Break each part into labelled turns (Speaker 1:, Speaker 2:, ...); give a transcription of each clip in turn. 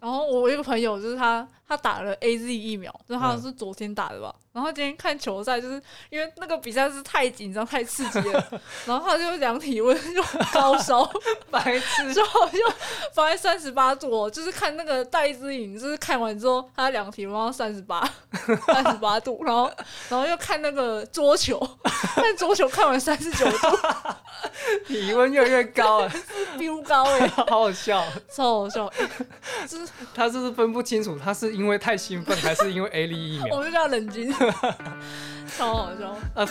Speaker 1: 然后我有一个朋友，就是他，他打了 A Z 疫苗，就是他好像是昨天打的吧。然后今天看球赛，就是因为那个比赛是太紧张、太刺激了，然后他就量体温，就高烧，
Speaker 2: 白 痴，
Speaker 1: 之后就放在三十八度哦。就是看那个戴资颖，就是看完之后，他量体温三十八，三十八度，然后然后又看那个桌球，看桌球看完三十九度，
Speaker 2: 体温越来越高了，
Speaker 1: 飙高哎、
Speaker 2: 好好笑。
Speaker 1: 超好笑！欸就是
Speaker 2: 他是不是分不清楚，他是因为太兴奋，还是因为 A 粒疫 苗？
Speaker 1: 我们就叫冷静，超好笑。
Speaker 2: 啊，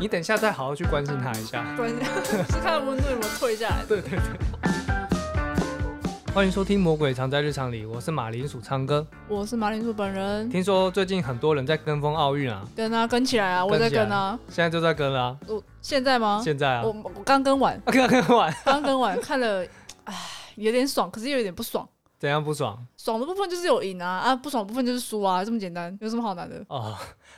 Speaker 2: 你等一下再好好去关心他 一下。
Speaker 1: 关键是看温度有没有退下来。
Speaker 2: 对对对。欢迎收听《魔鬼藏在日常里》，我是马铃薯昌哥。
Speaker 1: 我是马铃薯本人，
Speaker 2: 听说最近很多人在跟风奥运啊，
Speaker 1: 跟啊跟起来啊，我在跟啊，
Speaker 2: 现在就在跟啦、
Speaker 1: 我现在吗？
Speaker 2: 现在啊
Speaker 1: 我，我刚跟完，
Speaker 2: 啊跟跟完，
Speaker 1: 刚跟完 看了，唉，有点爽，可是又有点不爽。
Speaker 2: 怎样不爽
Speaker 1: 爽的部分就是有赢啊，啊不爽的部分就是输啊，这么简单，有什么好难的？
Speaker 2: 哦？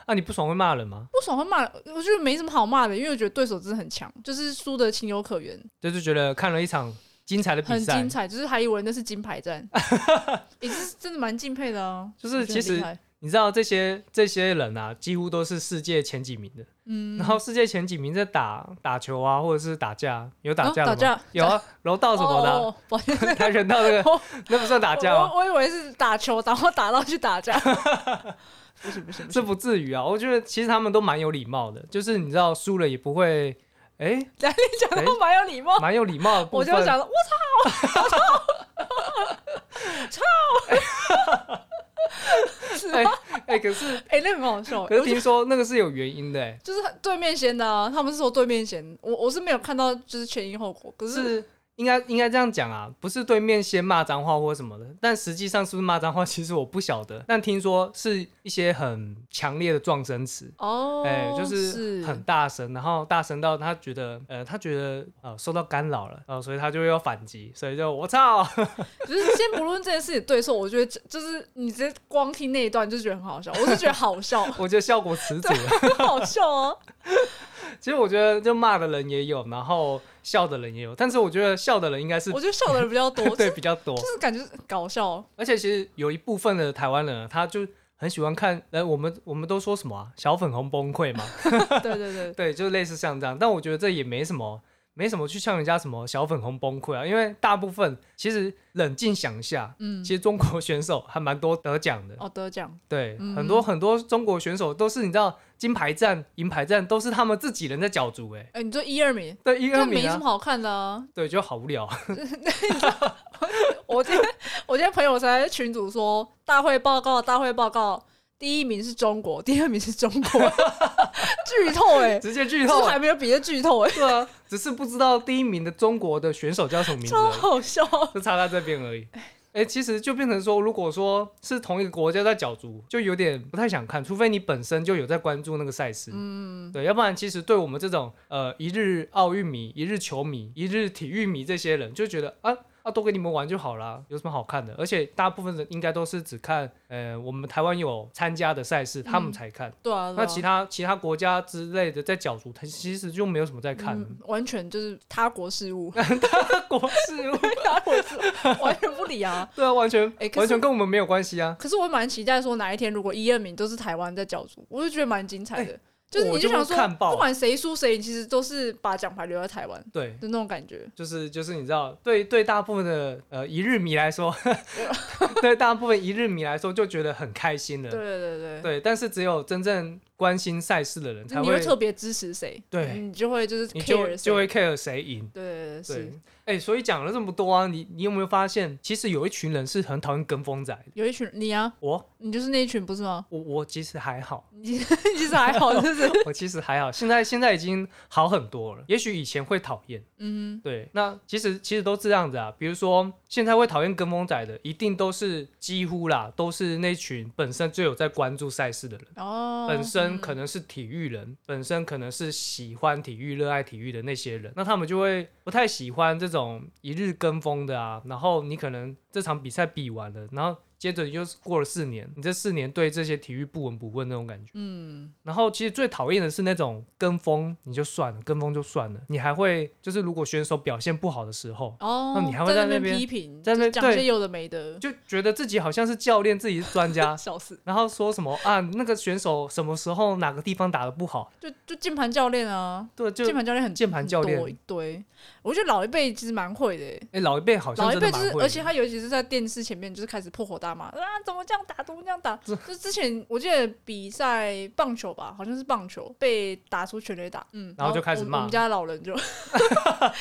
Speaker 2: 啊，你不爽会骂人吗？
Speaker 1: 不爽会骂，我觉得没什么好骂的，因为我觉得对手真的很强，就是输的情有可原，
Speaker 2: 就是觉得看了一场精彩的比
Speaker 1: 很
Speaker 2: 赛
Speaker 1: 精，彩，就是还以为那是金牌 战，也是真的蛮敬佩的啊。
Speaker 2: 就是
Speaker 1: 我觉得
Speaker 2: 其
Speaker 1: 很厉
Speaker 2: 实
Speaker 1: 害
Speaker 2: 你知道这些这些人啊，几乎都是世界前几名的。
Speaker 1: 嗯，
Speaker 2: 然后世界前几名在打打球啊，或者是打架，有打
Speaker 1: 啊
Speaker 2: 架的
Speaker 1: 打
Speaker 2: 吗？
Speaker 1: 架
Speaker 2: 有啊，柔道什么的啊、
Speaker 1: 哦，哦哦抱歉
Speaker 2: 跆拳道这个
Speaker 1: 哦，
Speaker 2: 那不算打架吗？
Speaker 1: 我我以为是打球，然后打到去打 架。不是不是不
Speaker 2: 这
Speaker 1: 是，
Speaker 2: 不至于啊，我觉得其实他们都蛮有礼貌的，就是你知道输了也不会，哎，
Speaker 1: 讲你讲的蛮有礼貌，
Speaker 2: 蛮有礼貌的部
Speaker 1: 我
Speaker 2: 分。
Speaker 1: 就想了，我操，我操，操！
Speaker 2: 哎哎，可是
Speaker 1: 哎，那很好笑，
Speaker 2: 可是
Speaker 1: 我觉得
Speaker 2: 听说那个是有原因的，哎，
Speaker 1: 就是对面先的啊，他们是说对面先，我我是没有看到就是前因后果，可是
Speaker 2: 是应该应该这样讲啊，不是对面先骂脏话或什么的，但实际上是不是骂脏话，其实我不晓得，但听说是一些很强烈的撞声词。
Speaker 1: 哦，
Speaker 2: 哎、就是很大声，然后大声到他觉得，呃，他觉得呃受到干扰了，呃，所以他就要反击，所以就我操，
Speaker 1: 就是先不论这件事情对错，我觉得这 就是你直接光听那一段就觉得很好笑，我是觉得好笑，
Speaker 2: 我觉得效果十足。
Speaker 1: 很好笑哦、
Speaker 2: 其实我觉得就骂的人也有，然后笑的人也有，但是我觉得笑的人应该是
Speaker 1: 我觉得笑的人比较多，就
Speaker 2: 对
Speaker 1: 是
Speaker 2: 比较多
Speaker 1: 就，是感觉是搞笑，
Speaker 2: 而且其实有一部分的台湾人啊，他就很喜欢看，呃，我们我们都说什么啊，小粉红崩溃嘛，
Speaker 1: 对对对，
Speaker 2: 对，就类似像这样，但我觉得这也没什么。没什么去呛人家什么小粉红崩溃啊，因为大部分其实冷静想一下，
Speaker 1: 嗯，
Speaker 2: 其实中国选手还蛮多得奖的，
Speaker 1: 哦得奖，
Speaker 2: 对，
Speaker 1: 嗯
Speaker 2: 很多很多中国选手都是你知道金牌战、银牌战都是他们自己人在角逐，哎，
Speaker 1: 哎、你这一二名，
Speaker 2: 对，一
Speaker 1: 这
Speaker 2: 二
Speaker 1: 没
Speaker 2: 名
Speaker 1: 什么
Speaker 2: 啊，
Speaker 1: 好看的啊。
Speaker 2: 对，就好无聊，
Speaker 1: 我今天我今天朋友才在群组说，大会报告，大会报告，第一名是中国，第二名是中国， 剧透哎、欸，
Speaker 2: 直接剧
Speaker 1: 这
Speaker 2: 透，啊
Speaker 1: 还没有比这剧透哎、
Speaker 2: 对啊，只是不知道第一名的中国的选手叫什么名字而
Speaker 1: 超
Speaker 2: 已，
Speaker 1: 好 笑。
Speaker 2: 就差在这 边而已。哎、其实就变成说，如果说是同一个国家在角逐，就有点不太想看，除非你本身就有在关注那个赛事，嗯，对，要不然其实对我们这种呃一日奥运迷、一日球迷、一日体育迷这些人，就觉得啊啊多给你们玩就好啦，有什么好看的？而且大部分人应该都是只看呃我们台湾有参加的赛事，他们才看，
Speaker 1: 对啊，
Speaker 2: 那其
Speaker 1: 他
Speaker 2: 他其他国家之类的在角逐，他其实就没有什么在看了。
Speaker 1: 嗯完全就是他国事务，
Speaker 2: 国事务，
Speaker 1: 他国事务完全不理啊。
Speaker 2: 对啊，完全、
Speaker 1: 欸可是
Speaker 2: 完全跟我们没有关系啊。
Speaker 1: 可是我蛮期待说哪一天如果一二名都是台湾在角逐，我就觉得蛮精彩的。就是
Speaker 2: 哎我
Speaker 1: 你
Speaker 2: 就
Speaker 1: 想
Speaker 2: 会
Speaker 1: 说
Speaker 2: 看，爆
Speaker 1: 不管谁输谁赢，其实都是把奖牌留在台湾
Speaker 2: 对，
Speaker 1: 的那种感觉。
Speaker 2: 就是就是你知道，对对大部分的呃一日迷 来说，对大部分一日迷来说就觉得很开心
Speaker 1: 对
Speaker 2: 了。
Speaker 1: 对对对。
Speaker 2: 对，但是只有真正关心赛事的人才
Speaker 1: 你
Speaker 2: 会
Speaker 1: 会，特别支持谁，
Speaker 2: 对
Speaker 1: 你就会就是
Speaker 2: 你就
Speaker 1: care 谁
Speaker 2: 就会 care 谁赢。
Speaker 1: 对对对
Speaker 2: 对
Speaker 1: 是，
Speaker 2: 哎、所以讲了这么多啊，你你有没有发现，其实有一群人是很讨厌跟风仔的。
Speaker 1: 有一群你啊，
Speaker 2: 我
Speaker 1: 你就是那一群不是吗？
Speaker 2: 我我其实还好，
Speaker 1: 你其实还好，就是
Speaker 2: 我其实还好，现在现在已经好很多了。也许以前会讨厌，
Speaker 1: 嗯
Speaker 2: 对，那其实其实都这样子啊。比如说，现在会讨厌跟风仔的，一定都是几乎啦，都是那群本身就有在关注赛事的人，
Speaker 1: 哦，
Speaker 2: 本身可
Speaker 1: 嗯
Speaker 2: 能是体育人，本身可能是喜欢体育、热爱体育的那些人，那他们就会不太喜欢这种一日跟风的啊。然后你可能这场比赛比完了，然后接着你就是过了四年，你这四年对这些体育不闻不问那种感觉。嗯，然后其实最讨厌的是那种跟风，你就算了，跟风就算了，你还会就是如果选手表现不好的时候，
Speaker 1: 哦，
Speaker 2: 那你还会
Speaker 1: 在
Speaker 2: 在那
Speaker 1: 边
Speaker 2: 边
Speaker 1: 批评，
Speaker 2: 在那
Speaker 1: 就
Speaker 2: 边
Speaker 1: 讲
Speaker 2: 对
Speaker 1: 些有的没的，，
Speaker 2: 就啊觉得自己好像是教练，自己是专 家
Speaker 1: 笑死！
Speaker 2: 然后说什么啊那个选手什么时候哪个地方打的不好，
Speaker 1: 就就键盘教练啊，
Speaker 2: 对， 就
Speaker 1: 键盘教练很
Speaker 2: 键盘教练
Speaker 1: 很多一堆，我觉得老一辈其实蛮会的欸。
Speaker 2: 哎、老一辈好像
Speaker 1: 老一
Speaker 2: 真的
Speaker 1: 辈就
Speaker 2: 蛮
Speaker 1: 是，
Speaker 2: 会
Speaker 1: 而
Speaker 2: 的
Speaker 1: 且他尤其是在电视前面，就是开始破口大骂啊，怎么这样打，怎么这样 打。就之前我记得比赛棒球吧，好像是棒球被打出全垒打，嗯，
Speaker 2: 然后就开始
Speaker 1: 我们
Speaker 2: 骂
Speaker 1: 我们家老 人就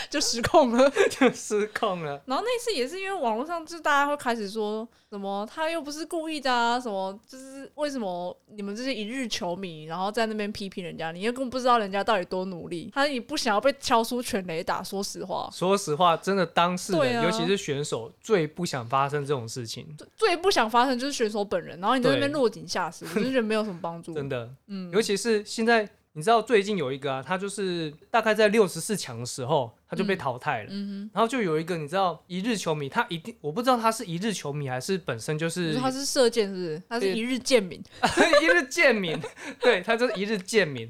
Speaker 1: 就失控了。
Speaker 2: 就 失控了。
Speaker 1: 然后那次也是因为网络上就是大家会开始说什么他又不是故意的啊，什么就是为什么你们这些一日球迷，然后在那边批评人家，你又根本不知道人家到底多努力，他也不想要被敲出全垒打。说实话，
Speaker 2: 说实话，真的当事
Speaker 1: 对
Speaker 2: 人，
Speaker 1: 啊
Speaker 2: 尤其是选手，最不想发生这种事情，
Speaker 1: 最最不想发生就是选手本人，然后你在那边
Speaker 2: 对
Speaker 1: 落井下 石，我就觉得没有什么帮助。
Speaker 2: 真的。
Speaker 1: 嗯，
Speaker 2: 尤其是现在，你知道最近有一个啊，他就是大概在六十四强的时候，他就被淘汰了。
Speaker 1: 嗯
Speaker 2: 然后就有一个你知道一日球迷，他一定我不知道他是一日球迷还是本身就
Speaker 1: 哼，你
Speaker 2: 是
Speaker 1: 说他是射箭是不是？他是一日剑民，
Speaker 2: 一日贱民，对他就是一日贱民，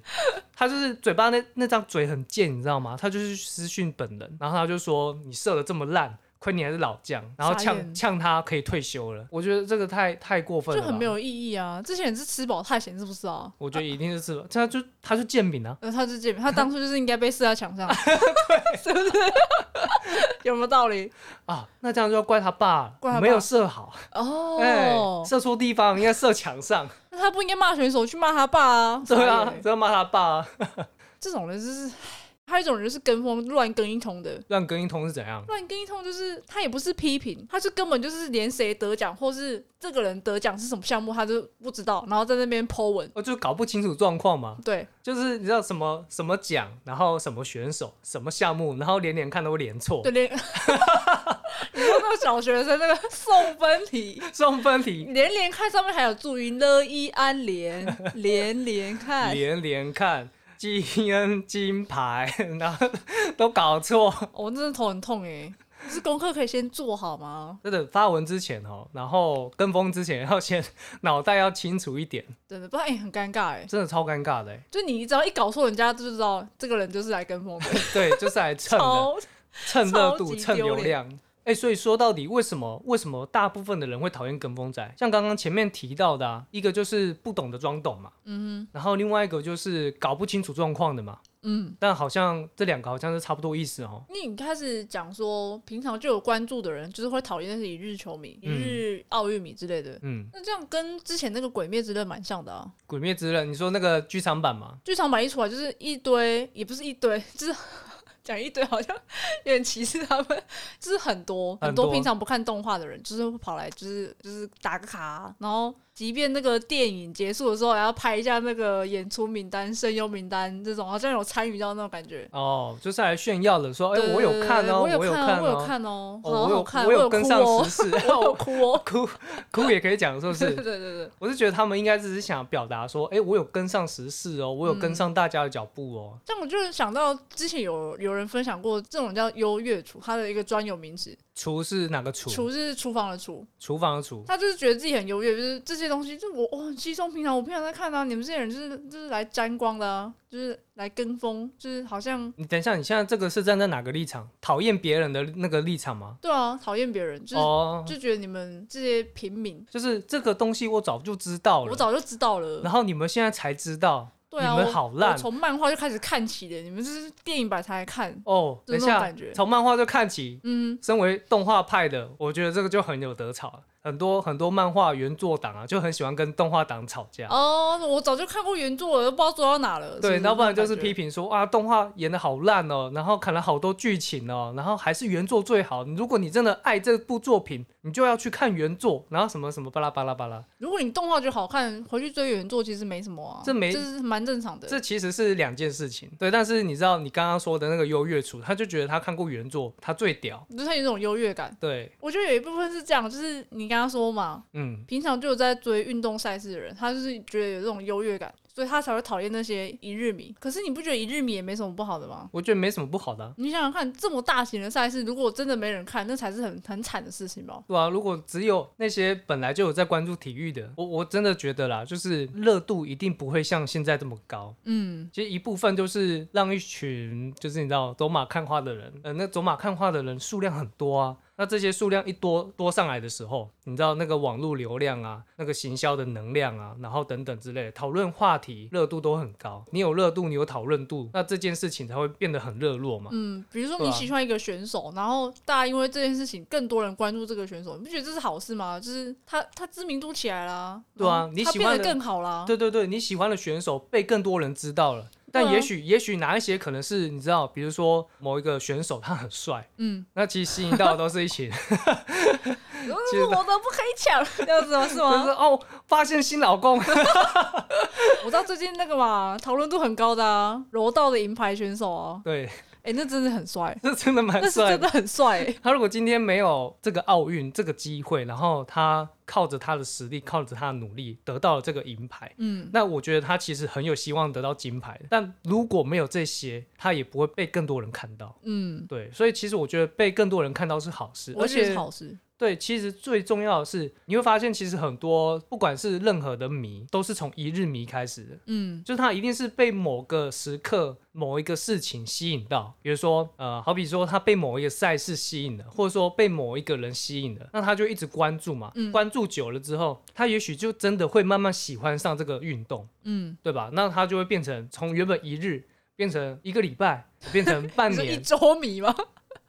Speaker 2: 他就是嘴巴那那张嘴很贱，你知道吗？他就是私讯本人，然后他就说你射的这么烂，亏你还是老将，然后
Speaker 1: 傻眼
Speaker 2: 呛呛他可以退休了。我觉得这个太太过分了
Speaker 1: 就
Speaker 2: 吧，
Speaker 1: 很没有意义啊。之前是吃饱太闲，是不是啊？
Speaker 2: 我觉得一定是吃，他就他就贱民啊，
Speaker 1: 那他是剑 民，他当初就是应该被射在墙上， 是不是？ 有没有道理？
Speaker 2: 啊，那这样就要怪他爸了，
Speaker 1: 怪他爸
Speaker 2: 没有射好，哎、
Speaker 1: 哦，
Speaker 2: 射错地方，应该射墙 上，
Speaker 1: 那他不应该骂选手，去骂他爸啊！
Speaker 2: 对
Speaker 1: 傻
Speaker 2: 啊
Speaker 1: 眼，
Speaker 2: 这要骂他爸、啊，
Speaker 1: 这种人就是，还有一种人就是跟风乱跟一通的。
Speaker 2: 乱跟一通是怎样？
Speaker 1: 乱跟一通就是他也不是批评，他就根本就是连谁得奖或是这个人得奖是什么项目，他就不知道，然后在那边 Po 文。
Speaker 2: 哦我就搞不清楚状况嘛，
Speaker 1: 对，
Speaker 2: 就是你知道什么什么奖，然后什么选手，什么项目，然后连连看都连错
Speaker 1: 对，，连 你说那个小学生那个送分题，
Speaker 2: 送 分题
Speaker 1: 连连看上面还有注音了一安连连连看，
Speaker 2: 连连看，金恩金牌， 然后都搞错。
Speaker 1: 哦我、真的头很痛哎、就是功课可以先做好吗？
Speaker 2: 真的发文之前哦，然后跟风之前要先脑袋要清楚一点，
Speaker 1: 真的，不然、欸、很尴尬哎、
Speaker 2: 真的超尴尬的欸。
Speaker 1: 就你只要一搞错，人家就知道这个人就是来跟风的，
Speaker 2: 对，就是来蹭的，
Speaker 1: 超
Speaker 2: 蹭热
Speaker 1: 超
Speaker 2: 度，
Speaker 1: 级
Speaker 2: 蹭
Speaker 1: 丢
Speaker 2: 流
Speaker 1: 脸
Speaker 2: 量。哎、所以说到底为什么为什么大部分的人会讨厌跟风仔？像刚刚前面提到的、啊，一个就是不懂得装懂嘛，嗯，然后另外一个就是搞不清楚状况的嘛，
Speaker 1: 嗯。
Speaker 2: 但好像这两个好像是差不多意思哦。
Speaker 1: 因为你开始讲说，平常就有关注的人，就是会讨厌那些一日球迷、一
Speaker 2: 嗯
Speaker 1: 日奥运迷之类的。
Speaker 2: 嗯，
Speaker 1: 那这样跟之前那个《鬼灭之刃》蛮像的啊。
Speaker 2: 《鬼灭之刃》，你说那个剧场版吗？
Speaker 1: 剧场版一出来，就是一堆，也不是一堆， 就是讲一堆，好像有点歧视他们，就是很多
Speaker 2: 很
Speaker 1: 多
Speaker 2: 多
Speaker 1: 平常不看动画的人，就是会跑来，就是就是打个卡，啊然后即便那个电影结束的时候，还要拍一下那个演出名单、声优名单这种，好像有参与到那种感觉。
Speaker 2: 哦，就是来炫耀的，说哎、
Speaker 1: 对对
Speaker 2: 我有看
Speaker 1: 对
Speaker 2: 哦，
Speaker 1: 我有
Speaker 2: 有
Speaker 1: 看
Speaker 2: 看
Speaker 1: 哦，我有
Speaker 2: 哦，
Speaker 1: 看哦，
Speaker 2: 哦，
Speaker 1: 好
Speaker 2: 我
Speaker 1: 好
Speaker 2: 有
Speaker 1: 看，
Speaker 2: 我
Speaker 1: 有
Speaker 2: 跟
Speaker 1: 哭
Speaker 2: 上
Speaker 1: 哦
Speaker 2: 时事，，
Speaker 1: 我有哭哦
Speaker 2: 哭哭也可以讲，是 不
Speaker 1: 对对
Speaker 2: 是？
Speaker 1: 对对，
Speaker 2: 我是觉得他们应该只是想表达说，哎、我有跟上时事哦，我有
Speaker 1: 嗯
Speaker 2: 跟上大家的脚步哦。
Speaker 1: 但我就是想到之前有有人分享过，这种叫优越厨，它的一个专有名词，
Speaker 2: 厨是哪个厨？
Speaker 1: 厨是厨房的厨，
Speaker 2: 厨房的厨。
Speaker 1: 他就是觉得自己很优越，就是这些东西，就我我很稀松平常，我平常在看啊，你们这些人就是就是来沾光的、啊，就是来跟风，就是好像
Speaker 2: 你等一下，你现在这个是站在哪个立场？讨厌别人的那个立场吗？
Speaker 1: 对啊，讨厌别人，就是、
Speaker 2: 哦，
Speaker 1: 就觉得你们这些平民，
Speaker 2: 就是这个东西我早就知道
Speaker 1: 我
Speaker 2: 了，
Speaker 1: 早就知道了，
Speaker 2: 然后你们现在才知道，
Speaker 1: 对啊，
Speaker 2: 你们
Speaker 1: 我
Speaker 2: 好
Speaker 1: 我
Speaker 2: 烂
Speaker 1: 从漫画就开始看起的，你们这是电影版才来看，
Speaker 2: 哦，
Speaker 1: 就
Speaker 2: 等
Speaker 1: 是
Speaker 2: 一
Speaker 1: 那种
Speaker 2: 下
Speaker 1: 感，觉
Speaker 2: 从漫画就看起。
Speaker 1: 嗯，
Speaker 2: 身为动画派的，我觉得这个就很有得吵了。很多很多漫画原作党啊，就很喜欢跟动画党吵架。
Speaker 1: 哦，我早就看过原作了，都不知道做到哪了，
Speaker 2: 啊对，要
Speaker 1: 要
Speaker 2: 不然就是批评说啊，动画演的好烂哦，然后砍了好多剧情哦，然后还是原作最好。如果你真的爱这部作品，你就要去看原作，然后什么什么巴拉巴拉巴拉。
Speaker 1: 如果你动画觉得好看，回去追原作其实没什么啊，
Speaker 2: 这没
Speaker 1: 是蛮正常的。
Speaker 2: 这其实是两件事情。对，但是你知道你刚刚说的那个优越处，他就觉得他看过原作，他最屌。
Speaker 1: 就是它有一种优越感，
Speaker 2: 对，
Speaker 1: 我觉得有一部分是这样，就是你刚刚说嘛，
Speaker 2: 嗯，
Speaker 1: 平常就有在追运动赛事的人，他就是觉得有这种优越感，所以他才会讨厌那些一日迷。可是你不觉得一日迷也没什么不好的吗？
Speaker 2: 我觉得没什么不好的啊、
Speaker 1: 你想想看，这么大型的赛事，如果真的没人看，那才是很很惨的事情吧？
Speaker 2: 对啊，如果只有那些本来就有在关注体育的，我我真的觉得啦，就是热度一定不会像现在这么高。
Speaker 1: 嗯，
Speaker 2: 其实一部分就是让一群就是你知道走马看花的人，呃，那走马看花的人数量很多啊。那这些数量一多多上来的时候，你知道那个网络流量啊，那个行销的能量啊，然后等等之类的讨论话题热度都很高。你有热度，你有讨论度，那这件事情才会变得很热络嘛。
Speaker 1: 嗯，比如说
Speaker 2: 对
Speaker 1: 你
Speaker 2: 啊
Speaker 1: 喜欢一个选手，然后大家因为这件事情，更多人关注这个选手，你不觉得这是好事吗？就是他他知名度起来啦，
Speaker 2: 对啊
Speaker 1: 然后
Speaker 2: 你
Speaker 1: 他
Speaker 2: 喜
Speaker 1: 变
Speaker 2: 欢
Speaker 1: 得
Speaker 2: 的
Speaker 1: 更好啦。
Speaker 2: 对对对，你喜欢的选手被更多人知道了，
Speaker 1: 对
Speaker 2: 但
Speaker 1: 啊
Speaker 2: 也许、也许哪一些可能是你知道，比如说某一个选手他很帅，
Speaker 1: 嗯，
Speaker 2: 那其实吸引到的都是一 群，
Speaker 1: 嗯
Speaker 2: 其实
Speaker 1: 我的不可以抢，这样子吗？是
Speaker 2: 就
Speaker 1: 吗
Speaker 2: 是？哦，发现新老公，
Speaker 1: 我知道最近那个嘛，讨论度很高的啊，柔道的银牌选手啊，
Speaker 2: 对，
Speaker 1: 哎、那真的很帅，
Speaker 2: 这真的
Speaker 1: 那
Speaker 2: 蛮
Speaker 1: 是
Speaker 2: 帅
Speaker 1: 真
Speaker 2: 的。
Speaker 1: 的很帅、 欸。
Speaker 2: 他如果今天没有这个奥运这个机会，然后他靠着他的实力，靠着他的努力得到了这个银牌，
Speaker 1: 嗯，
Speaker 2: 那我觉得他其实很有希望得到金牌的。但如果没有这些，他也不会被更多人看到。
Speaker 1: 嗯，
Speaker 2: 对，所以其实我觉得被更多人看到是好事，
Speaker 1: 我
Speaker 2: 而
Speaker 1: 觉得
Speaker 2: 且
Speaker 1: 是好事。
Speaker 2: 对，其实最重要的是，你会发现，其实很多不管是任何的迷，都是从一日迷开始的，
Speaker 1: 嗯
Speaker 2: 就是他一定是被某个时刻、某一个事情吸引到，比如说，呃，好比说他被某一个赛事吸引了，或者说被某一个人吸引了，那他就一直关注嘛，
Speaker 1: 嗯
Speaker 2: 关注久了之后，他也许就真的会慢慢喜欢上这个运动，
Speaker 1: 嗯，
Speaker 2: 对吧？那他就会变成从原本一日变成一个礼拜， 变成半
Speaker 1: 你说一
Speaker 2: 年、
Speaker 1: 周迷 吗？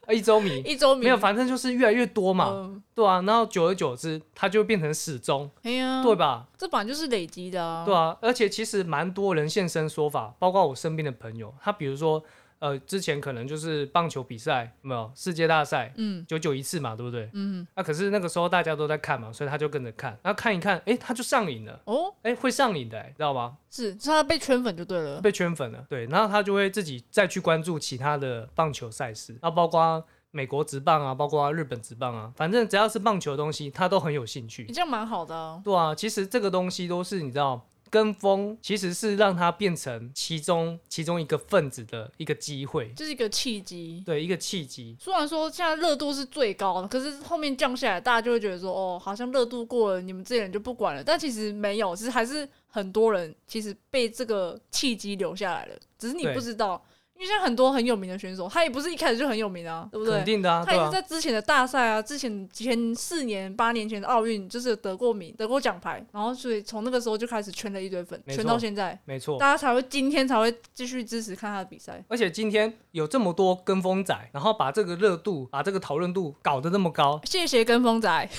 Speaker 2: 呃一周迷，
Speaker 1: 一周迷
Speaker 2: 没有，反正就是越来越多嘛。
Speaker 1: 嗯
Speaker 2: 对啊，然后久而久之，它就变成始终，
Speaker 1: 哎呀，
Speaker 2: 对？吧？
Speaker 1: 这本来就是累积的啊。
Speaker 2: 对啊，而且其实蛮多人现身说法，包括我身边的朋友，他比如说，呃，之前可能就是棒球比赛，有没有世界大赛，
Speaker 1: 嗯
Speaker 2: 九九一次嘛，对不对？
Speaker 1: 嗯，
Speaker 2: 那、可是那个时候大家都在看嘛，所以他就跟着看，然后看一看，诶，他就上瘾了，
Speaker 1: 哦，
Speaker 2: 诶，会上瘾的、诶知道吗？
Speaker 1: 是，是他被圈粉就对了。
Speaker 2: 被圈粉了，对，然后他就会自己再去关注其他的棒球赛事，那包括美国职棒啊，包括日本职棒啊，反正只要是棒球的东西，他都很有兴趣
Speaker 1: 你。这样蛮好的啊。
Speaker 2: 对啊，其实这个东西都是你知道，跟风其实是让它变成其中其中一个分子的一个机会，
Speaker 1: 这是一个契机。
Speaker 2: 对，一个契机。
Speaker 1: 虽然说现在热度是最高的，可是后面降下来，大家就会觉得说，哦，好像热度过了，你们这些人就不管了。但其实没有，其实还是很多人其实被这个契机留下来了，只是你
Speaker 2: 对
Speaker 1: 不知道，因为现在很多很有名的选手，他也不是一开始就很有名啊，对不
Speaker 2: 肯
Speaker 1: 对？
Speaker 2: 定的啊，
Speaker 1: 他
Speaker 2: 对
Speaker 1: 也是在
Speaker 2: 啊，
Speaker 1: 之前的大赛啊，之前前四年、八年前的奥运，就是有得过名、得过奖牌，然后所以从那个时候就开始圈了一堆粉，
Speaker 2: 没错
Speaker 1: 圈到现在，
Speaker 2: 没错
Speaker 1: 大。家才会今天才会继续支持看他的比赛。
Speaker 2: 而且今天有这么多跟风仔，然后把这个热度、把这个讨论度搞得那么高，
Speaker 1: 谢谢跟风仔，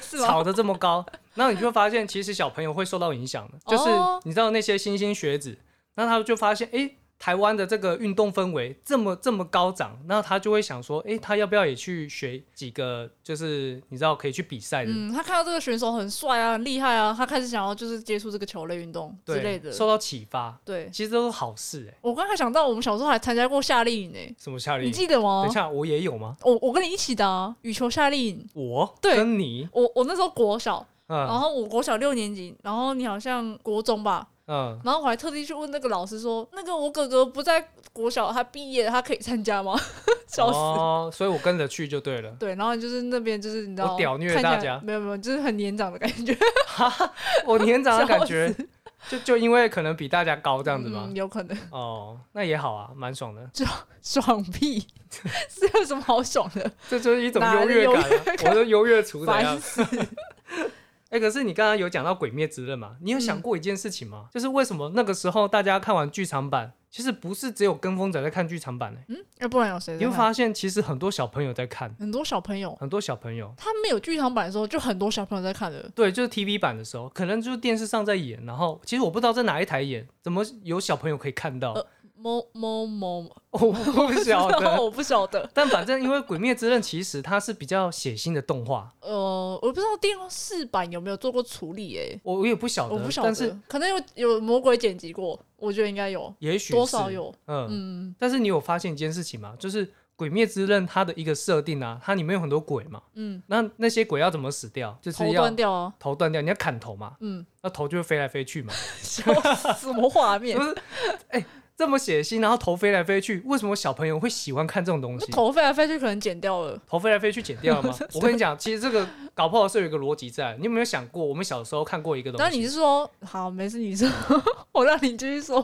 Speaker 1: 是 吗？
Speaker 2: 炒得这么高，那你就会发现，其实小朋友会受到影响的。就是
Speaker 1: 哦
Speaker 2: 你知道那些新兴学子，那他就发现，诶，台湾的这个运动氛围这么这么高涨，那他就会想说，诶，他要不要也去学几个，就是你知道可以去比赛的，
Speaker 1: 嗯，他看到这个选手很帅啊，很厉害啊，他开始想要就是接触这个球类运动之类
Speaker 2: 对，
Speaker 1: 的。
Speaker 2: 受到启发，
Speaker 1: 对，
Speaker 2: 其实都是好事、诶，
Speaker 1: 我刚才想到，我们小时候还参加过夏令营诶、欸
Speaker 2: 什么夏令
Speaker 1: 你
Speaker 2: 营？
Speaker 1: 记哦得吗
Speaker 2: 等一？下，我也有吗？
Speaker 1: 我我跟你一起的、啊、羽球夏令营，
Speaker 2: 我
Speaker 1: 对哦
Speaker 2: 跟你，
Speaker 1: 我我那时候国小，然
Speaker 2: 嗯
Speaker 1: 后我国小六年级，然后你好像国中吧，
Speaker 2: 嗯，
Speaker 1: 然后我还特地去问那个老师说，那个我哥哥不在国小，他毕业了，他可以参加吗？ 笑死。。
Speaker 2: 哦，所以我跟着去就对了
Speaker 1: 对，然后就是那边就是你知道，
Speaker 2: 我屌虐
Speaker 1: 看起
Speaker 2: 大
Speaker 1: 来
Speaker 2: 家
Speaker 1: 没有没有，就是很年长的感觉，
Speaker 2: 我年长的感
Speaker 1: 笑
Speaker 2: 觉，就就因为可能比大家高这样子吗
Speaker 1: 嗯？有可能。
Speaker 2: 哦，那也好啊，蛮爽的，
Speaker 1: 爽 屁，是有什么好爽的？
Speaker 2: 这就是一种
Speaker 1: 哪
Speaker 2: 优
Speaker 1: 里
Speaker 2: 越
Speaker 1: 优
Speaker 2: 感、啊，我的优越处怎样
Speaker 1: 烦？死！
Speaker 2: 哎、可是你刚刚有讲到《鬼灭之刃》嘛？你有想过一件事情
Speaker 1: 嗯
Speaker 2: 吗？就是为什么那个时候大家看完剧场版，其实不是只有跟风仔在看剧场版呢、
Speaker 1: 要不然有谁在看？
Speaker 2: 你会发现，其实很多小朋友在看，
Speaker 1: 很多小朋友，
Speaker 2: 很多小朋友。
Speaker 1: 他没有剧场版的时候，就很多小朋友在看的。
Speaker 2: 对，就是 TV 版的时候，可能就是电视上在演，然后其实我不知道在哪一台演，怎么有小朋友可以看到，
Speaker 1: 呃某某某，
Speaker 2: 我我不晓得。
Speaker 1: 我不晓得。
Speaker 2: 但反正因为《鬼灭之刃》其实它是比较血腥的动画，
Speaker 1: 呃，我不知道电视版有没有做过处理、欸，
Speaker 2: 我我也不晓
Speaker 1: 我
Speaker 2: 得
Speaker 1: 不，晓
Speaker 2: 但是
Speaker 1: 得，可能有有魔鬼剪辑过，我觉得应该有，
Speaker 2: 也许
Speaker 1: 多少
Speaker 2: 是，
Speaker 1: 有。
Speaker 2: 嗯，
Speaker 1: 嗯，
Speaker 2: 但是你有发现一件事情吗？就是《鬼灭之刃》它的一个设定啊，它里面有很多鬼嘛，
Speaker 1: 嗯，
Speaker 2: 那那些鬼要怎么死掉？就是
Speaker 1: 头
Speaker 2: 要
Speaker 1: 断掉哦，
Speaker 2: 头断掉，你要砍头嘛，
Speaker 1: 嗯，
Speaker 2: 那头就会飞来飞去嘛。
Speaker 1: 什么画 面
Speaker 2: 不？是这么血腥，然后头飞来飞去，为什么小朋友会喜欢看这种东
Speaker 1: 那
Speaker 2: 西？
Speaker 1: 头飞来飞去，可能剪掉了。
Speaker 2: 头飞来飞去剪掉了吗？我跟你讲，其实这个搞不好是有一个逻辑在。你有没有想过，我们小时候看过一个东
Speaker 1: 但
Speaker 2: 西？
Speaker 1: 你是说好，没事，你说， 我让你继续说。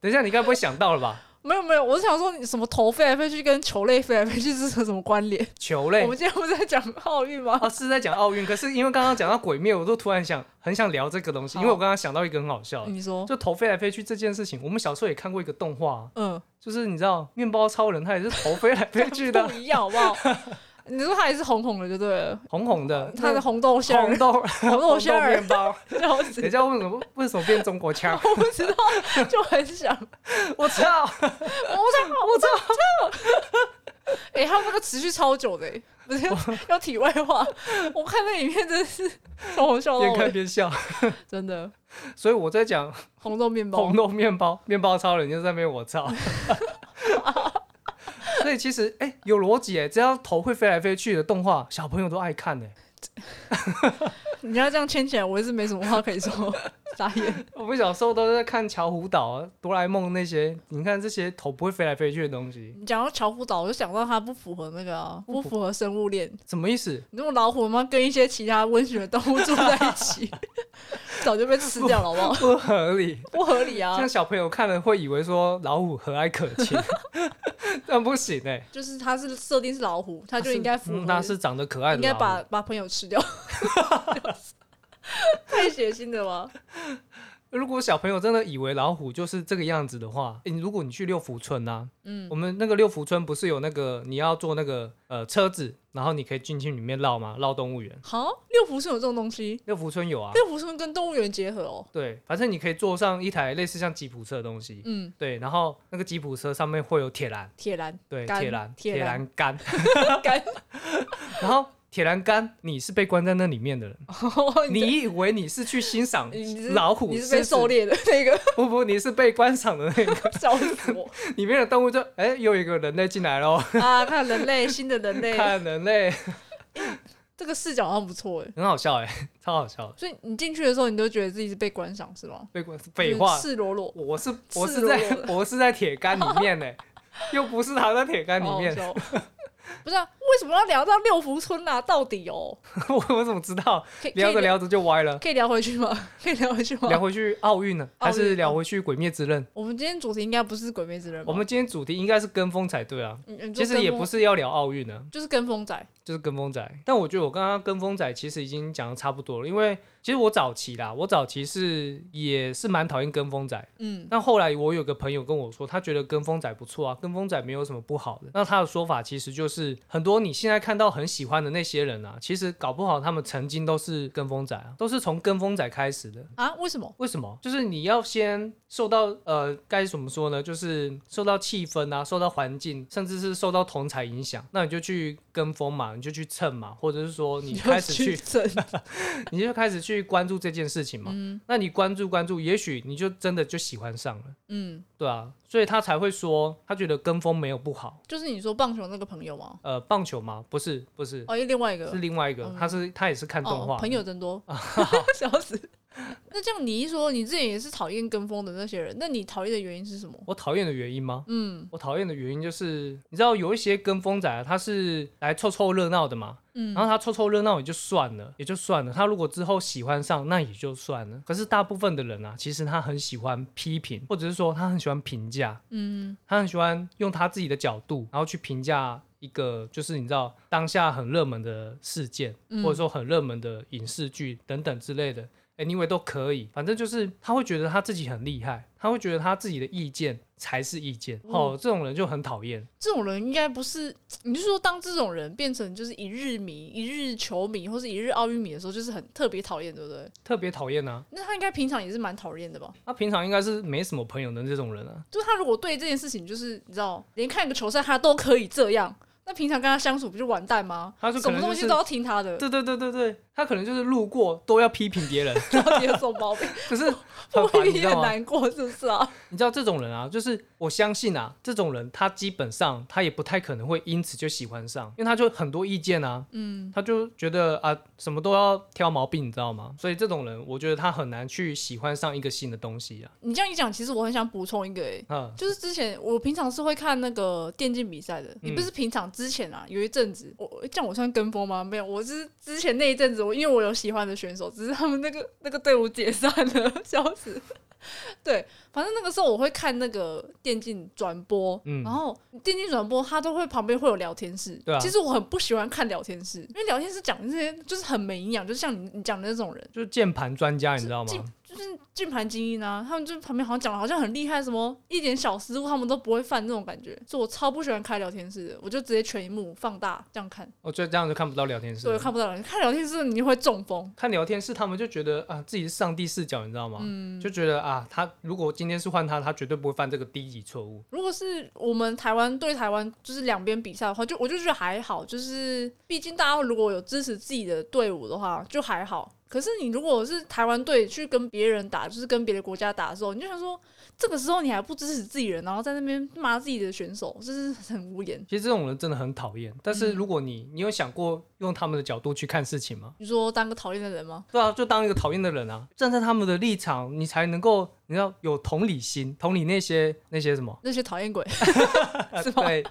Speaker 2: 等一下，你该不会想到了吧？
Speaker 1: 没有没有，我是想说你什么头飞来飞去跟球类飞来飞去是有什么关联？
Speaker 2: 球
Speaker 1: 我
Speaker 2: 类
Speaker 1: 们今天不是在讲奥运吗？
Speaker 2: 哦，是在讲奥运，可是因为刚刚讲到鬼灭，我都突然想很想聊这个东西，
Speaker 1: 哦
Speaker 2: 因为我刚刚想到一个很好笑的，
Speaker 1: 你说，
Speaker 2: 就头飞来飞去这件事情，我们小时候也看过一个动画啊、
Speaker 1: 嗯，
Speaker 2: 就是你知道面包超人他也是头飞来飞去 的
Speaker 1: 不，一样好不 好？你说它也是红红的就对了，
Speaker 2: 红红的，
Speaker 1: 它的红豆馅儿
Speaker 2: 红，豆
Speaker 1: 红豆馅
Speaker 2: 红豆
Speaker 1: 儿
Speaker 2: 面，包。
Speaker 1: 笑死
Speaker 2: 等一！下为什么为什么变中国腔？
Speaker 1: 我不知道，就很想， 我
Speaker 2: 我操！
Speaker 1: 操，我操，我 操！哎，他们那个持续超久的、欸，不是要要题外话，我看那影片真的是从我笑到
Speaker 2: 边看
Speaker 1: 尾，
Speaker 2: 边笑，
Speaker 1: 真的
Speaker 2: 所以我在讲
Speaker 1: 红豆面包
Speaker 2: 红，豆面包，面包超人就在那边我操。 所以其实哎、有逻辑哎，只要头会飞来飞去的动画，小朋友都爱看哎。
Speaker 1: 你要这样牵起来，我也是没什么话可以 说，傻眼。
Speaker 2: 我们小时候都在看巧虎岛啊、哆啦 A 梦那些，你看这些头不会飞来飞去的东西，
Speaker 1: 你讲到巧虎岛，我就想到它不符合那个、啊，
Speaker 2: 不符
Speaker 1: 不符合生物链。
Speaker 2: 什么意思？
Speaker 1: 你这种老虎吗？跟一些其他温血的动物住在一 起，早就被吃掉了，好不好？
Speaker 2: 不合理。
Speaker 1: 不合理啊
Speaker 2: 像！小朋友看了会以为说老虎和蔼可亲，但不行哎、
Speaker 1: 就是它是设定是老虎，它就应该符合，
Speaker 2: 嗯它是长得可爱
Speaker 1: 应
Speaker 2: 的
Speaker 1: 该
Speaker 2: 老虎
Speaker 1: 把。把朋友吃 掉。太血腥了吧？
Speaker 2: 如果小朋友真的以为老虎就是这个样子的话，诶你如果你去六福村啊，
Speaker 1: 嗯
Speaker 2: 我们那个六福村不是有那个你要坐那个呃车子，然后你可以进去里面绕吗？绕动物园，
Speaker 1: 好，六福村有这种东西，
Speaker 2: 六福村有啊。
Speaker 1: 六福村跟动物园结合哦。
Speaker 2: 对，反正你可以坐上一台类似像吉普车的东西，
Speaker 1: 嗯，
Speaker 2: 对，然后那个吉普车上面会有铁栏，
Speaker 1: 铁栏
Speaker 2: 对，
Speaker 1: 杆
Speaker 2: 铁栏，
Speaker 1: 铁
Speaker 2: 铁
Speaker 1: 栏
Speaker 2: 栏杆，
Speaker 1: 杆，
Speaker 2: 然后铁栏杆，你是被关在那里 面的人，你以为你是去欣赏
Speaker 1: 哦你是
Speaker 2: 老虎，
Speaker 1: 你是被
Speaker 2: 狮子
Speaker 1: 狩猎的那个，
Speaker 2: 不不，你是被观赏的那个，
Speaker 1: 笑死我
Speaker 2: 里面的动物就哎、又有一个人类进来喽，
Speaker 1: 啊！看人类，新的人类，
Speaker 2: 看人类
Speaker 1: 这个视角好像不错哎。
Speaker 2: 很好笑哎、超好笑的，
Speaker 1: 所以你进去的时候，你都觉得自己是被观赏是吗？
Speaker 2: 被观废话，
Speaker 1: 赤裸裸，
Speaker 2: 我是我
Speaker 1: 赤
Speaker 2: 是
Speaker 1: 裸
Speaker 2: 在
Speaker 1: 裸
Speaker 2: 我是在铁杆里 面呢、又不是躺在铁杆里
Speaker 1: 好好
Speaker 2: 面，
Speaker 1: 笑 哦不是啊，为什么要聊到六福村啊？到底哦，
Speaker 2: 我我怎么知道？
Speaker 1: 可以可以
Speaker 2: 聊着聊着就歪了，
Speaker 1: 可以聊回去吗？ 可以聊回去吗？
Speaker 2: 聊回去奥运呢，
Speaker 1: 奥
Speaker 2: 还
Speaker 1: 运
Speaker 2: 是聊
Speaker 1: 哦
Speaker 2: 回去《鬼灭之刃》？
Speaker 1: 我们今天主题应该不是《鬼灭之刃》吧？
Speaker 2: 我们今天主题应该是跟风才对啊，
Speaker 1: 嗯嗯
Speaker 2: 其实也不，
Speaker 1: 就跟风
Speaker 2: 是要聊奥运呢，
Speaker 1: 就是跟风仔，
Speaker 2: 就是跟风仔。但我觉得我刚刚跟风仔其实已经讲的差不多了，因为其实我早期啦，我早期是也是蛮讨厌跟风仔，
Speaker 1: 嗯，
Speaker 2: 但后来我有个朋友跟我说，他觉得跟风仔不错啊，跟风仔没有什么不好的。那他的说法其实就是，很多你现在看到很喜欢的那些人啊，其实搞不好他们曾经都是跟风仔啊，都是从跟风仔开始的。
Speaker 1: 啊？为什么？
Speaker 2: 为什么？就是你要先受到呃，该怎么说呢？就是受到气氛啊，受到环境，甚至是受到同才影响，那你就去跟风嘛，你就去蹭嘛，或者是说 你
Speaker 1: 就
Speaker 2: 开始
Speaker 1: 去
Speaker 2: 去
Speaker 1: 整，
Speaker 2: 你就开始去关注这件事情嘛。
Speaker 1: 嗯
Speaker 2: 那你关注关注，也许你就真的就喜欢上了。
Speaker 1: 嗯，
Speaker 2: 对啊，所以他才会说他觉得跟风没有不好。
Speaker 1: 就是你说棒球那个朋友吗？
Speaker 2: 呃，棒球吗？不是，不是，
Speaker 1: 哦，另外一个
Speaker 2: 是另外一个，
Speaker 1: 嗯
Speaker 2: 他是他也是看动画、
Speaker 1: 哦，朋友真 多，笑死。那这样你一说，你自己也是讨厌跟风的那些人，那你讨厌的原因是什么？
Speaker 2: 我讨厌的原因吗？
Speaker 1: 嗯
Speaker 2: 我讨厌的原因就是，你知道有一些跟风仔、啊，他是来凑凑热闹的嘛，
Speaker 1: 嗯，
Speaker 2: 然后他凑凑热闹也就算了，也就算了。他如果之后喜欢上，那也就算了。可是大部分的人啊，其实他很喜欢批评，或者是说他很喜欢评价，
Speaker 1: 嗯
Speaker 2: 他很喜欢用他自己的角度，然后去评价一个就是你知道当下很热门的事件，
Speaker 1: 嗯
Speaker 2: 或者说很热门的影视剧等等之类的。anyway 都可以，反正就是他会觉得他自己很厉害，他会觉得他自己的意见才是意见。
Speaker 1: 嗯
Speaker 2: 哦，这种人就很讨厌。
Speaker 1: 这种人应该不是，你是说当这种人变成就是一日迷、一日球迷或是一日奥运迷的时候，就是很特别讨厌，对不对？
Speaker 2: 特别讨厌啊！
Speaker 1: 那他应该平常也是蛮讨厌的吧？
Speaker 2: 他平常应该是没什么朋友的这种人啊，
Speaker 1: 就是他如果对这件事情，就是你知道，连看个球赛他都可以这样，那平常跟他相处不就完蛋吗？
Speaker 2: 他就
Speaker 1: 什
Speaker 2: 可
Speaker 1: 么
Speaker 2: 能就
Speaker 1: 东西
Speaker 2: 是
Speaker 1: 都要听他的，
Speaker 2: 对对对对对，他可能就是路过都要批评 别人，
Speaker 1: 到底有什么毛病？
Speaker 2: 可是很
Speaker 1: 我
Speaker 2: 烦，你
Speaker 1: 也
Speaker 2: 知道吗？
Speaker 1: 难过，是不是啊？
Speaker 2: 你知道这种人啊，就是我相信啊，这种人他基本上他也不太可能会因此就喜欢上，因为他就很多意见啊，
Speaker 1: 嗯，
Speaker 2: 他就觉得啊什么都要挑毛病，你知道吗？所以这种人，我觉得他很难去喜欢上一个新的东西啊。
Speaker 1: 你这样一讲，其实我很想补充一个、欸，
Speaker 2: 嗯，
Speaker 1: 就是之前我平常是会看那个电竞比赛的，你不
Speaker 2: 嗯
Speaker 1: 是平常之前啊，有一阵子我这样我算跟风吗？没有，我是之前那一阵子，我因为我有喜欢的选手，只是他们那个那个队伍解散了， 笑死。对，反正那个时候我会看那个电竞转播，
Speaker 2: 嗯
Speaker 1: 然后电竞转播它都会旁边会有聊天室，
Speaker 2: 对啊
Speaker 1: 其实我很不喜欢看聊天室，因为聊天室讲这些就是很没营养，就是像你你讲的那种人。
Speaker 2: 就是键盘专家，你知道吗？
Speaker 1: 键就是键盘精英啊，他们就是旁边好像讲的好像很厉害，什么一点小失误他们都不会犯那种感觉，所以我超不喜欢开聊天室的，我就直接全荧幕放大这样看，
Speaker 2: 我觉得这哦样就看不到聊天室
Speaker 1: 所以
Speaker 2: 了
Speaker 1: 我。看不到人。看聊天室你就会中风，
Speaker 2: 看聊天室，他们就觉得啊自己是上帝视角，你知道吗？
Speaker 1: 嗯
Speaker 2: 就觉得啊，他如果今天是换他，他绝对不会犯这个低级错误。
Speaker 1: 如果是我们台湾对台湾就是两边比赛的话，就我就觉得还好，就是毕竟大家如果有支持自己的队伍的话，就还好。可是你如果是台湾队去跟别人打，就是跟别的国家打的时候，你就想说，这个时候你还不支持自己人，然后在那边骂自己的选手，就是很无言。
Speaker 2: 其实这种人真的很讨厌。
Speaker 1: 嗯
Speaker 2: 但是如果你，你有想过用他们的角度去看事情吗？
Speaker 1: 你说当个讨厌的人吗？
Speaker 2: 对啊，就当一个讨厌的人啊，站在他们的立场，你才能够，你要有同理心，同理那些那些什么，
Speaker 1: 那些讨厌鬼 是吗？
Speaker 2: 对，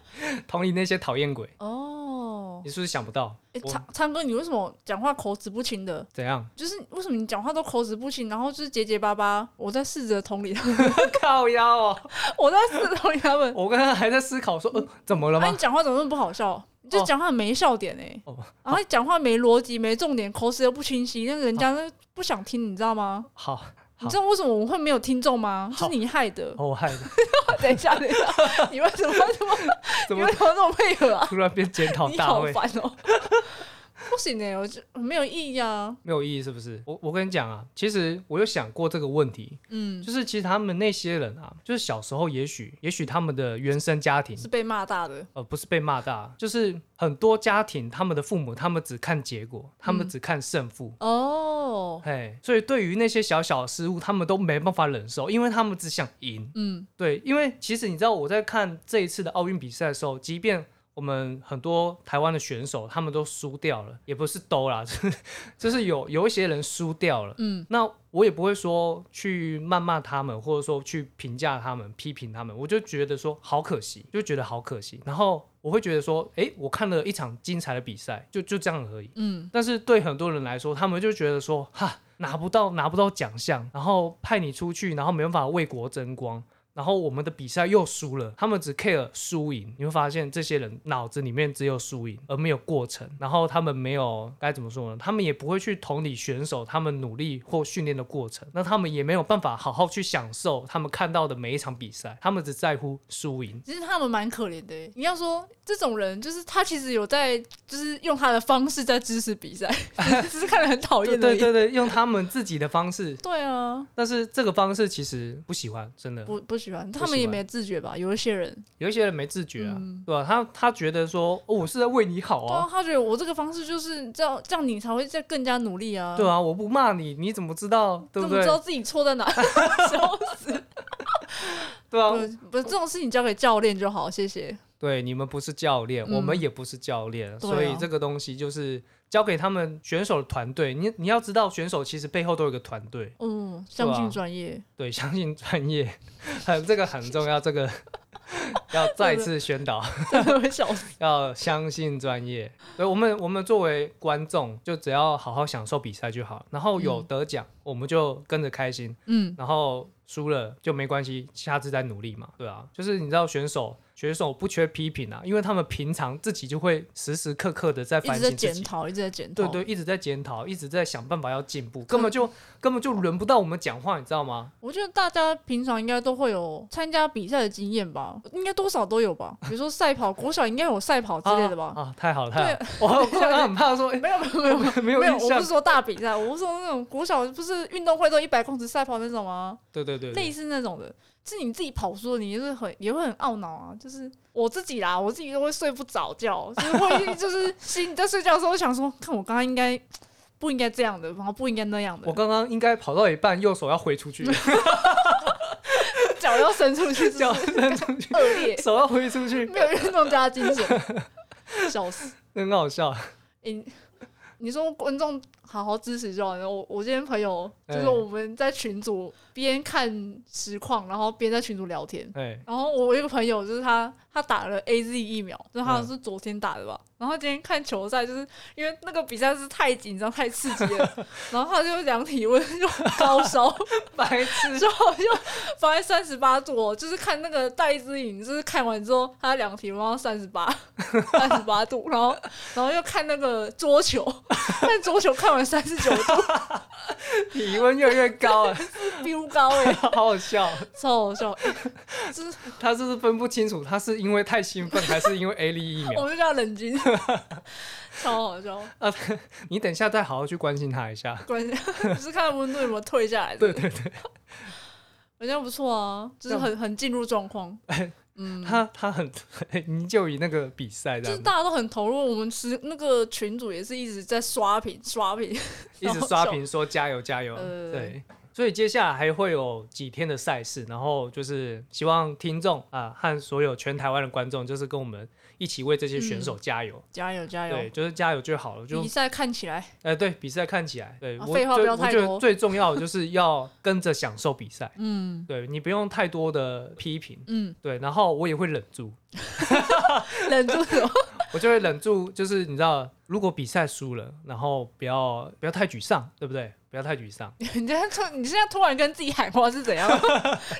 Speaker 2: 同理那些讨厌鬼。
Speaker 1: 哦，
Speaker 2: 你是不是想不到？
Speaker 1: 诶
Speaker 2: 我
Speaker 1: 昌昌哥，你为什么讲话口齿不清的？
Speaker 2: 怎样？
Speaker 1: 就是为什么你讲话都口齿不清，然后就是结结巴巴？我在试着同理他们，
Speaker 2: 靠腰哦！
Speaker 1: 我在试着同理他 们。
Speaker 2: 我刚刚还在思考说，呃，怎么了
Speaker 1: 那、
Speaker 2: 吗
Speaker 1: 你？讲话怎么那么不好笑？你就
Speaker 2: 哦
Speaker 1: 讲话很没笑点哎、欸，
Speaker 2: 哦
Speaker 1: 然后你讲话没逻辑、没重点，口齿又不清晰，那人家那不想听，你知道吗？
Speaker 2: 好，
Speaker 1: 你知道为什么我们会没有听众吗？是
Speaker 2: 好
Speaker 1: 你害的。
Speaker 2: 哦我害的，
Speaker 1: 等一下，等一 下，你为什么这么
Speaker 2: 怎
Speaker 1: 你
Speaker 2: 么
Speaker 1: 为什么这么配合啊？
Speaker 2: 突然变检讨
Speaker 1: 你
Speaker 2: 大
Speaker 1: 好
Speaker 2: 会？
Speaker 1: 烦哦、 不行哎、我就没有意义啊。
Speaker 2: 没有意义是不是？我我跟你讲啊，其实我有想过这个问题，
Speaker 1: 嗯，
Speaker 2: 就是其实他们那些人啊，就是小时候也许也许他们的原生家庭
Speaker 1: 是被骂大的。
Speaker 2: 呃，不是被骂大，就是很多家庭他们的父母他们只看结果，他们只看胜负。
Speaker 1: 哦，
Speaker 2: 哎，所以对于那些小小的失误，他们都没办法忍受，因为他们只想赢。
Speaker 1: 嗯
Speaker 2: 对，因为其实你知道我在看这一次的奥运比赛的时候，即便我们很多台湾的选手他们都输掉了，也不是都啦， 就是就是有有一些人输掉了。
Speaker 1: 嗯，
Speaker 2: 那我也不会说去谩骂他们，或者说去评价他们、批评他们，我就觉得说好可惜，就觉得好可惜。然后我会觉得说，诶，我看了一场精彩的比赛，就就这样而已。
Speaker 1: 嗯，
Speaker 2: 但是对很多人来说，他们就觉得说，哈，拿不到拿不到奖项，然后派你出去，然后没办法为国争光。然后我们的比赛又输了，他们只 care 输赢，你会发现这些人脑子里面只有输赢，而没有过程。然后他们没有该怎么说呢？他们也不会去同理选手他们努力或训练的过程，那他们也没有办法好好去享受他们看到的每一场比赛，他们只在乎输赢。
Speaker 1: 其实他们蛮可怜的欸。你要说这种人，就是他其实有在，就是用他的方式在支持比赛， 只是看得很讨
Speaker 2: 对
Speaker 1: 厌而
Speaker 2: 对
Speaker 1: 已。
Speaker 2: 对对，用他们自己的方式，
Speaker 1: 对啊，
Speaker 2: 但是这个方式其实不喜欢，真的。
Speaker 1: 不不喜欢，他们也没自觉吧？有一些人，
Speaker 2: 有一些人没自觉啊，
Speaker 1: 嗯
Speaker 2: 对吧、他他觉得说、哦我是在为你好
Speaker 1: 对
Speaker 2: 啊
Speaker 1: 啊，，他觉得我这个方式就是这样，这样你才会再更加努力啊。
Speaker 2: 对啊，我不骂你，你怎么知道？对
Speaker 1: 怎么
Speaker 2: 不对
Speaker 1: 知？道自己错在哪？ 笑死！
Speaker 2: 对啊，
Speaker 1: 不不，这种事情交给教练就好，谢谢。
Speaker 2: 对，你们不是教练，
Speaker 1: 嗯
Speaker 2: 我们也不是教练，
Speaker 1: 对啊
Speaker 2: 所以这个东西就是交给他们选手的团队。你你要知道，选手其实背后都有一个团队，
Speaker 1: 嗯，相
Speaker 2: 对
Speaker 1: 信
Speaker 2: 啊
Speaker 1: 专 业。
Speaker 2: 对，相信专业， 很这个很重要，这个 要再次 宣导，
Speaker 1: 真的会笑死。
Speaker 2: 要相信专业。所以我们我们作为观众，就只要好好享受比赛就好，然后有得奖，我们就跟着开心。
Speaker 1: 嗯，
Speaker 2: 然后输了就没关系，下次再努力嘛，对啊，就是你知道选手选手不缺批评啊，因为他们平常自己就会时时刻刻的在
Speaker 1: 一直
Speaker 2: 反
Speaker 1: 在
Speaker 2: 省自
Speaker 1: 检
Speaker 2: 己，
Speaker 1: 讨，一直在检讨。
Speaker 2: 对对，一直在检讨，一直在想办法要进步，根本就根本就轮不到我们讲话，你知道吗？
Speaker 1: 我觉得大家平常应该都会有参加比赛的经验吧，应该多少都有吧。比如说赛跑，国小应该有赛哦跑之类的吧
Speaker 2: 啊？啊，太好了太好了，我我刚刚很怕说，哎，
Speaker 1: 没有没有没有
Speaker 2: 没
Speaker 1: 没有，
Speaker 2: 印
Speaker 1: 我不
Speaker 2: 象
Speaker 1: 是，说大比赛，我是说那种国小不是运动会都一百公尺赛跑那种吗？
Speaker 2: 对对对，对
Speaker 1: 类似那种的，是你自己跑输了，你就是很也会很懊恼啊。就是我自己啦，我自 己都会睡不着觉，就是会就是心里在睡觉的时候想说，看我刚刚应该不应该这样的，然后不应该那样
Speaker 2: 我
Speaker 1: 的，
Speaker 2: 刚刚应该跑到一半，右手要挥 出去，
Speaker 1: 脚要伸出去，这
Speaker 2: 脚
Speaker 1: 样
Speaker 2: 伸出去，
Speaker 1: 恶劣，
Speaker 2: 手要挥出去，
Speaker 1: 没有运动家精神， 笑死！
Speaker 2: 很好笑。
Speaker 1: 诶你你说观众好好支持就好了。我我今天朋友就是
Speaker 2: 哎
Speaker 1: 我们在群组边看实况，然后边在群组聊天，
Speaker 2: 哎，
Speaker 1: 然后我有一个朋友，就是他，他打了 A Z 疫苗，就是他
Speaker 2: 嗯
Speaker 1: 是昨天打的吧。然后今天看球赛，就是因为那个比赛是太紧张、太刺激了，然后他就量体温，就高烧，
Speaker 2: 白 痴，
Speaker 1: 之后就发现三十八度哦。就是看那个戴资颖，就是看完之后，他量体温到三十 八，三十八度，然后然后又看那个桌球，看桌球看完三十九度，
Speaker 2: 体温越来越高了，
Speaker 1: 飙高哎、
Speaker 2: 好好笑。
Speaker 1: 超好 笑！欸就是
Speaker 2: 他是不是分不清楚，他是因为太兴奋，还是因为 A 粒疫
Speaker 1: 我
Speaker 2: 苗？
Speaker 1: 们就叫冷静，超好笑。
Speaker 2: 你等一下再好好去关心他一下。
Speaker 1: 关键就是看温度有没有退下来。
Speaker 2: 对，对对，
Speaker 1: 好像不错啊，就是很很进入状况。嗯，
Speaker 2: 他他很你就以那个比赛这
Speaker 1: 就是
Speaker 2: 样子，
Speaker 1: 大家都很投入。我们是那个群主也是一直在刷屏刷屏，
Speaker 2: 一直刷屏说加油加油。
Speaker 1: 呃
Speaker 2: 对，所以接下来还会有几天的赛事，然后就是希望听众啊和所有全台湾的观众，就是跟我们一起为这些选手加油。
Speaker 1: 加油嗯加
Speaker 2: 对，
Speaker 1: 油！
Speaker 2: 就是加油就好了，就
Speaker 1: 比赛看起来
Speaker 2: 哎、对，比赛看起来，对、
Speaker 1: 啊
Speaker 2: 我
Speaker 1: 废话
Speaker 2: 就
Speaker 1: 不要
Speaker 2: 我
Speaker 1: 太
Speaker 2: 觉得
Speaker 1: 多
Speaker 2: 最重要的就是要跟着享受比赛，
Speaker 1: 嗯
Speaker 2: 对你不用太多的批评，
Speaker 1: 嗯，
Speaker 2: 对，然后我也会忍住，
Speaker 1: 忍住了。
Speaker 2: 我就会忍住，就是你知道，如果比赛输了，然后不要不要太沮丧，对不对？不要太沮丧。
Speaker 1: 你现在突你现在突然跟自己喊话是 怎样？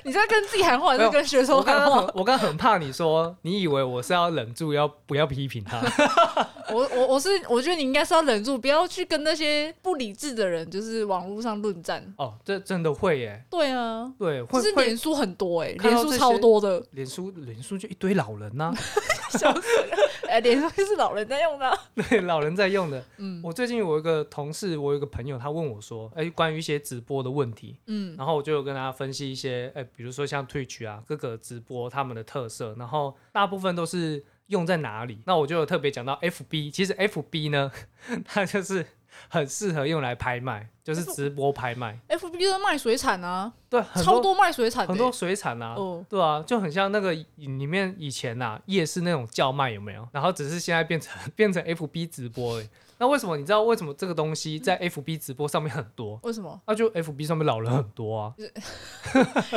Speaker 1: 你在跟自己喊话，还
Speaker 2: 没
Speaker 1: 是
Speaker 2: 有
Speaker 1: 跟选手
Speaker 2: 我刚
Speaker 1: 喊
Speaker 2: 刚
Speaker 1: 话
Speaker 2: 很？我刚刚很怕你说，你以为我是要忍住要不要批评他？
Speaker 1: 我我我是我觉得你应该是要忍住，不要去跟那些不理智的人，就是网络上论战。
Speaker 2: 哦，这真的会耶，
Speaker 1: 对啊，
Speaker 2: 对，
Speaker 1: 就
Speaker 2: 会
Speaker 1: 是
Speaker 2: 会
Speaker 1: 脸书很多哎、欸，
Speaker 2: 看
Speaker 1: 脸
Speaker 2: 到
Speaker 1: 书
Speaker 2: 这
Speaker 1: 超
Speaker 2: 些
Speaker 1: 多的。
Speaker 2: 脸书脸书就一堆老人呐、
Speaker 1: 笑死了！哎、脸书是老人在用的啊。
Speaker 2: 对，老人在用的。
Speaker 1: 嗯
Speaker 2: 我最近有一个同事，我有一个朋友，他问我说，哎、关于一些直播的问题，
Speaker 1: 嗯
Speaker 2: 然后我就有跟大家分析一些，哎、比如说像 Twitch 啊，各个直播他们的特色，然后大部分都是用在哪里。那我就有特别讲到 FB，其实 FB 呢， 它就是很适合用来拍卖，就是直播拍卖，
Speaker 1: ，FB 都卖水产啊，
Speaker 2: 对，很
Speaker 1: 超
Speaker 2: 多
Speaker 1: 多卖水产的、欸
Speaker 2: 很多水产啊。
Speaker 1: 哦，
Speaker 2: 对啊，就很像那个里面以前呐、夜市那种叫卖有没有？然后只是现在变成 变成 FB 直播而已。那为什么你知道为什么这个东西在 FB 直播上面很多？
Speaker 1: 为什么？
Speaker 2: 那、就 FB 上面老人很多啊，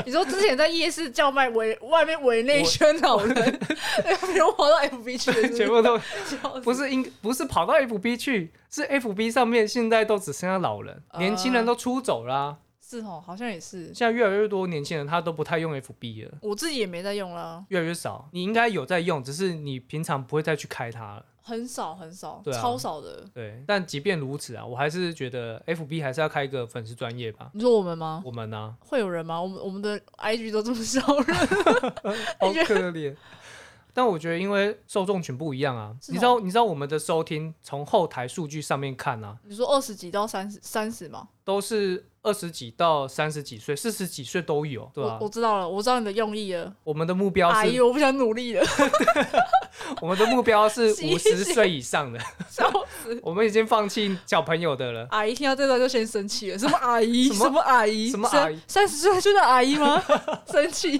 Speaker 1: 你说之前在夜市叫卖委外面委内宣老 人，然后跑到 FB 去了，
Speaker 2: 全部都
Speaker 1: 是不是
Speaker 2: 不是应不是跑到 FB 去，是 FB 上面现在都只剩下老人，
Speaker 1: 啊
Speaker 2: 年轻人都出走啦、
Speaker 1: 是哦，好像也是，
Speaker 2: 现在越来越多年轻人他都不太用 FB 了，
Speaker 1: 我自己也没在用啦，
Speaker 2: 越来越少。你应该有在用，只是你平常不会再去开它了。
Speaker 1: 很少很少，
Speaker 2: 对啊
Speaker 1: 超少的。
Speaker 2: 对，但即便如此啊，我还是觉得 FB 还是要开一个粉丝专业吧。
Speaker 1: 你说我们吗？
Speaker 2: 我们 啊呢、
Speaker 1: 会有人吗？我们我们的 IG 都这么少人，
Speaker 2: 好可怜。但我觉得，因为受众群不一样啊，
Speaker 1: 是哦
Speaker 2: 你知道，你知道我们的收听从后台数据上面看啊，
Speaker 1: 你说二十几到三十三十吗？
Speaker 2: 都是二十几到三十几岁、四十几岁都有，对吧、
Speaker 1: 我我知道了，我知道你的用意了。
Speaker 2: 我们的目标
Speaker 1: 阿姨，
Speaker 2: 是，
Speaker 1: 我不想努力了，
Speaker 2: 我们的目标是
Speaker 1: 谢谢
Speaker 2: 五十岁以 上的，
Speaker 1: 笑死。
Speaker 2: 我们已经放弃小朋友的了。
Speaker 1: 阿姨听到这段就先生气了，什么阿姨，
Speaker 2: 什么
Speaker 1: 什么阿姨，
Speaker 2: 什么阿姨
Speaker 1: 三十岁就叫阿姨吗？ 生气，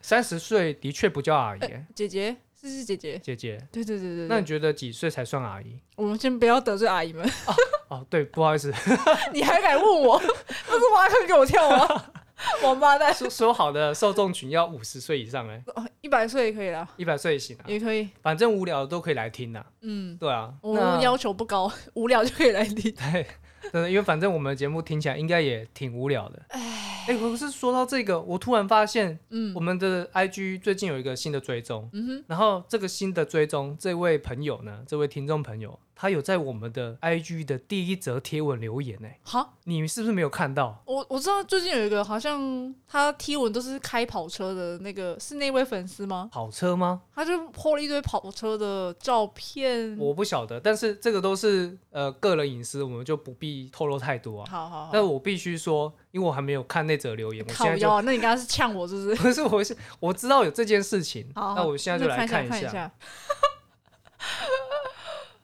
Speaker 2: 三十岁的确不叫阿姨、
Speaker 1: 姐姐，是是姐姐，
Speaker 2: 姐姐。
Speaker 1: 对对对对
Speaker 2: 那
Speaker 1: 对
Speaker 2: 你觉得几岁才算阿姨？
Speaker 1: 我们先不要得罪阿姨们，
Speaker 2: 哦，对，不好意思，
Speaker 1: 你还敢问我？那是挖坑给我跳吗？ 王八蛋，
Speaker 2: 说说好的受众群要五十岁以上哎、
Speaker 1: 一百岁也可以啦，
Speaker 2: 一百岁也行啊，
Speaker 1: 也可以，
Speaker 2: 反正无聊的都可以来听呐、
Speaker 1: 嗯，
Speaker 2: 对啊，
Speaker 1: 我们
Speaker 2: 那
Speaker 1: 要求不高， 无聊就可以来听。
Speaker 2: 对， 真的，因为反正我们的节目听起来应该也挺无聊的。哎、我是说到这个，我突然发现
Speaker 1: 嗯
Speaker 2: 我们的 IG 最近有一个新的追踪，
Speaker 1: 嗯哼，
Speaker 2: 然后这个新的追踪这位朋友呢，这位听众朋友，他有在我们的 IG 的第一则贴文留言呢、 欸
Speaker 1: 好，
Speaker 2: 你是不是没有看到？
Speaker 1: 我我知道最近有一个好像他贴文都是开跑车的那个，是那位粉丝吗？
Speaker 2: 跑车吗？
Speaker 1: 他就 po 了一堆跑车的照片。
Speaker 2: 我不晓得，但是这个都是呃个人隐私，我们就不必透露太多啊。
Speaker 1: 好好好，
Speaker 2: 但我必须说，因为我还没有看那则留言，我现
Speaker 1: 靠
Speaker 2: 在就
Speaker 1: 腰啊！那你刚刚是呛我是不是？
Speaker 2: 不是，我是我知道有这件事情，
Speaker 1: 好，
Speaker 2: 那我现在就来
Speaker 1: 看
Speaker 2: 看
Speaker 1: 一下，看一
Speaker 2: 下。
Speaker 1: 下。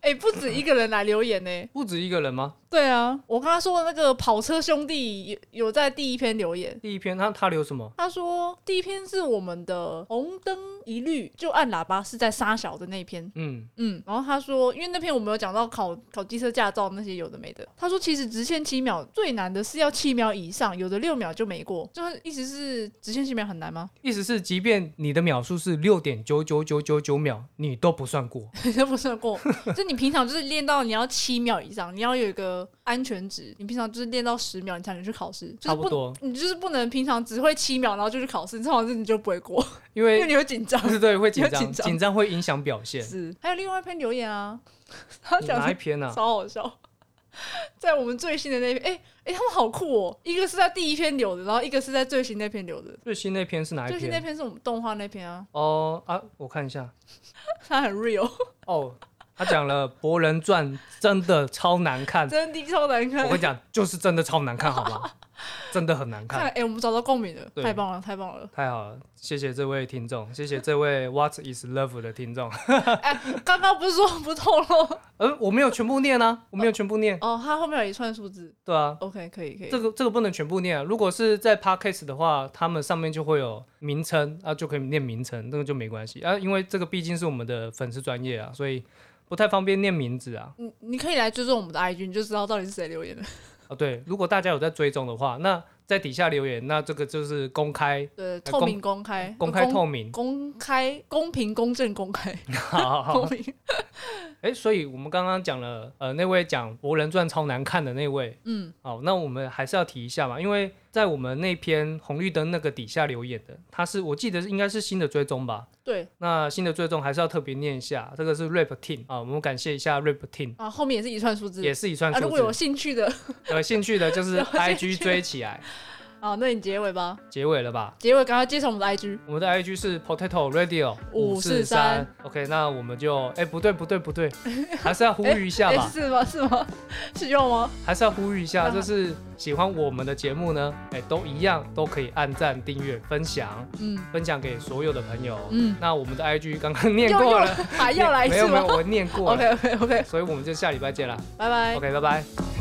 Speaker 1: 哎、不止一个人来留言呢、
Speaker 2: 不止一个人吗？
Speaker 1: 对啊，我刚刚说的那个跑车兄弟有有在第一篇留言，
Speaker 2: 第一篇他他留什么？
Speaker 1: 他说第一篇是我们的红灯一绿就按喇叭是在沙小的那一篇，
Speaker 2: 嗯，
Speaker 1: 嗯，然后他说，因为那篇我们有讲到考考机车驾照那些有的没的，他说其实直线七秒最难的是要七秒以上，有的六秒就没过，就是意思是直线七秒很难吗？
Speaker 2: 意思是即便你的秒数是六点九九九九九秒，你都不算过。
Speaker 1: 这不算过，就你平常就是练到你要七秒以上，你要有一个安全值，你平常就是练到十秒你才能去考试， 就是
Speaker 2: 差不
Speaker 1: 不
Speaker 2: 多
Speaker 1: 你就是不能平常只会七秒，然后就去考试，这种事你就不会过，
Speaker 2: 因
Speaker 1: 因为
Speaker 2: 为
Speaker 1: 你会紧张。
Speaker 2: 对对会紧
Speaker 1: 你要
Speaker 2: 张，
Speaker 1: 紧张
Speaker 2: 紧张会影响 表现。
Speaker 1: 是，还有另外一篇留言 啊，他讲
Speaker 2: 哪一篇呢、啊？
Speaker 1: 超好笑。 在我们最新的那篇，哎、哎、他们好酷哦！一个是在第一篇留的，然后一个是在最新那篇留的。
Speaker 2: 最新那篇是哪
Speaker 1: 最
Speaker 2: 一
Speaker 1: 新那
Speaker 2: 篇？
Speaker 1: 篇是我们动画那篇啊，
Speaker 2: 哦啊，我看一下。
Speaker 1: 它很 real，
Speaker 2: 哦，他讲了《博人传》真的超难看，
Speaker 1: 真的超难看
Speaker 2: 我。跟你讲，就是真的超难看，好 吗？真的很难
Speaker 1: 看来，
Speaker 2: 看。
Speaker 1: 哎、我们找到共鸣了，
Speaker 2: 对
Speaker 1: 太棒了，太棒了！
Speaker 2: 太好了，谢谢这位听众，谢谢这位 What is Love 的听众。
Speaker 1: 哎、刚刚不是说不透露
Speaker 2: 呃，我没有全部念啊，我没有全部念，
Speaker 1: 哦，它后面有一串数字
Speaker 2: 对啊，
Speaker 1: ，OK，可以，可以。
Speaker 2: 这个这个不能全部念啊。如果是在 Podcast 的话，他们上面就会有名称啊，就可以念名称，那个就没关系啊，因为这个毕竟是我们的粉丝专业啊，所以不太方便念名字啊。
Speaker 1: 你你可以来追踪我们的 IG，你就知道到底是谁留言了。
Speaker 2: 啊，对，如果大家有在追踪的话，那在底下留言，那这个就是公开、
Speaker 1: 对，
Speaker 2: 哎公
Speaker 1: 透明、公开、
Speaker 2: 公开、透明。
Speaker 1: 公开、公平、公正、公开、
Speaker 2: 好好好
Speaker 1: 公，平。
Speaker 2: 哎，所以我们刚刚讲了，呃，那位讲《博人传》超难看的那位，
Speaker 1: 嗯，
Speaker 2: 好，那我们还是要提一下嘛，因为在我们那篇红绿灯那个底下留言的，他是我记得是应该是新的追踪吧。
Speaker 1: 对
Speaker 2: 那新的追踪还是要特别念一下，这个是 Rap Team 啊，我们感谢一下 Rap Team，
Speaker 1: 啊，后面也是一串数字。
Speaker 2: 也是一串
Speaker 1: 啊，如
Speaker 2: 数
Speaker 1: 果有
Speaker 2: 字。
Speaker 1: 兴趣的，
Speaker 2: 有兴趣的就是
Speaker 1: 有兴趣
Speaker 2: IG 追起来，
Speaker 1: 好，那你结尾吧。
Speaker 2: 结尾了吧？
Speaker 1: 结尾赶快介绍我们的 IG，
Speaker 2: 我们的 IG 是 Potato Radio
Speaker 1: 543
Speaker 2: OK，那我们就哎、不对不 对不对，还是要呼吁一下
Speaker 1: 哎、
Speaker 2: 吧，
Speaker 1: 是吗？是吗？ 是用吗？
Speaker 2: 还是要呼吁一下，
Speaker 1: 那
Speaker 2: 就是喜欢我们的节目呢，哎、都一样都可以按赞、订阅、分享，
Speaker 1: 嗯
Speaker 2: 分享给所有的朋友。
Speaker 1: 嗯，
Speaker 2: 那我们的 IG 刚刚念
Speaker 1: 又
Speaker 2: 过
Speaker 1: 又
Speaker 2: 了，
Speaker 1: 还要来一
Speaker 2: 没
Speaker 1: 次
Speaker 2: 有没有，
Speaker 1: 吗
Speaker 2: 我念 过了
Speaker 1: ？OK OK OK，
Speaker 2: 所以我们就下礼拜见啦。
Speaker 1: 拜拜。
Speaker 2: OK，拜拜。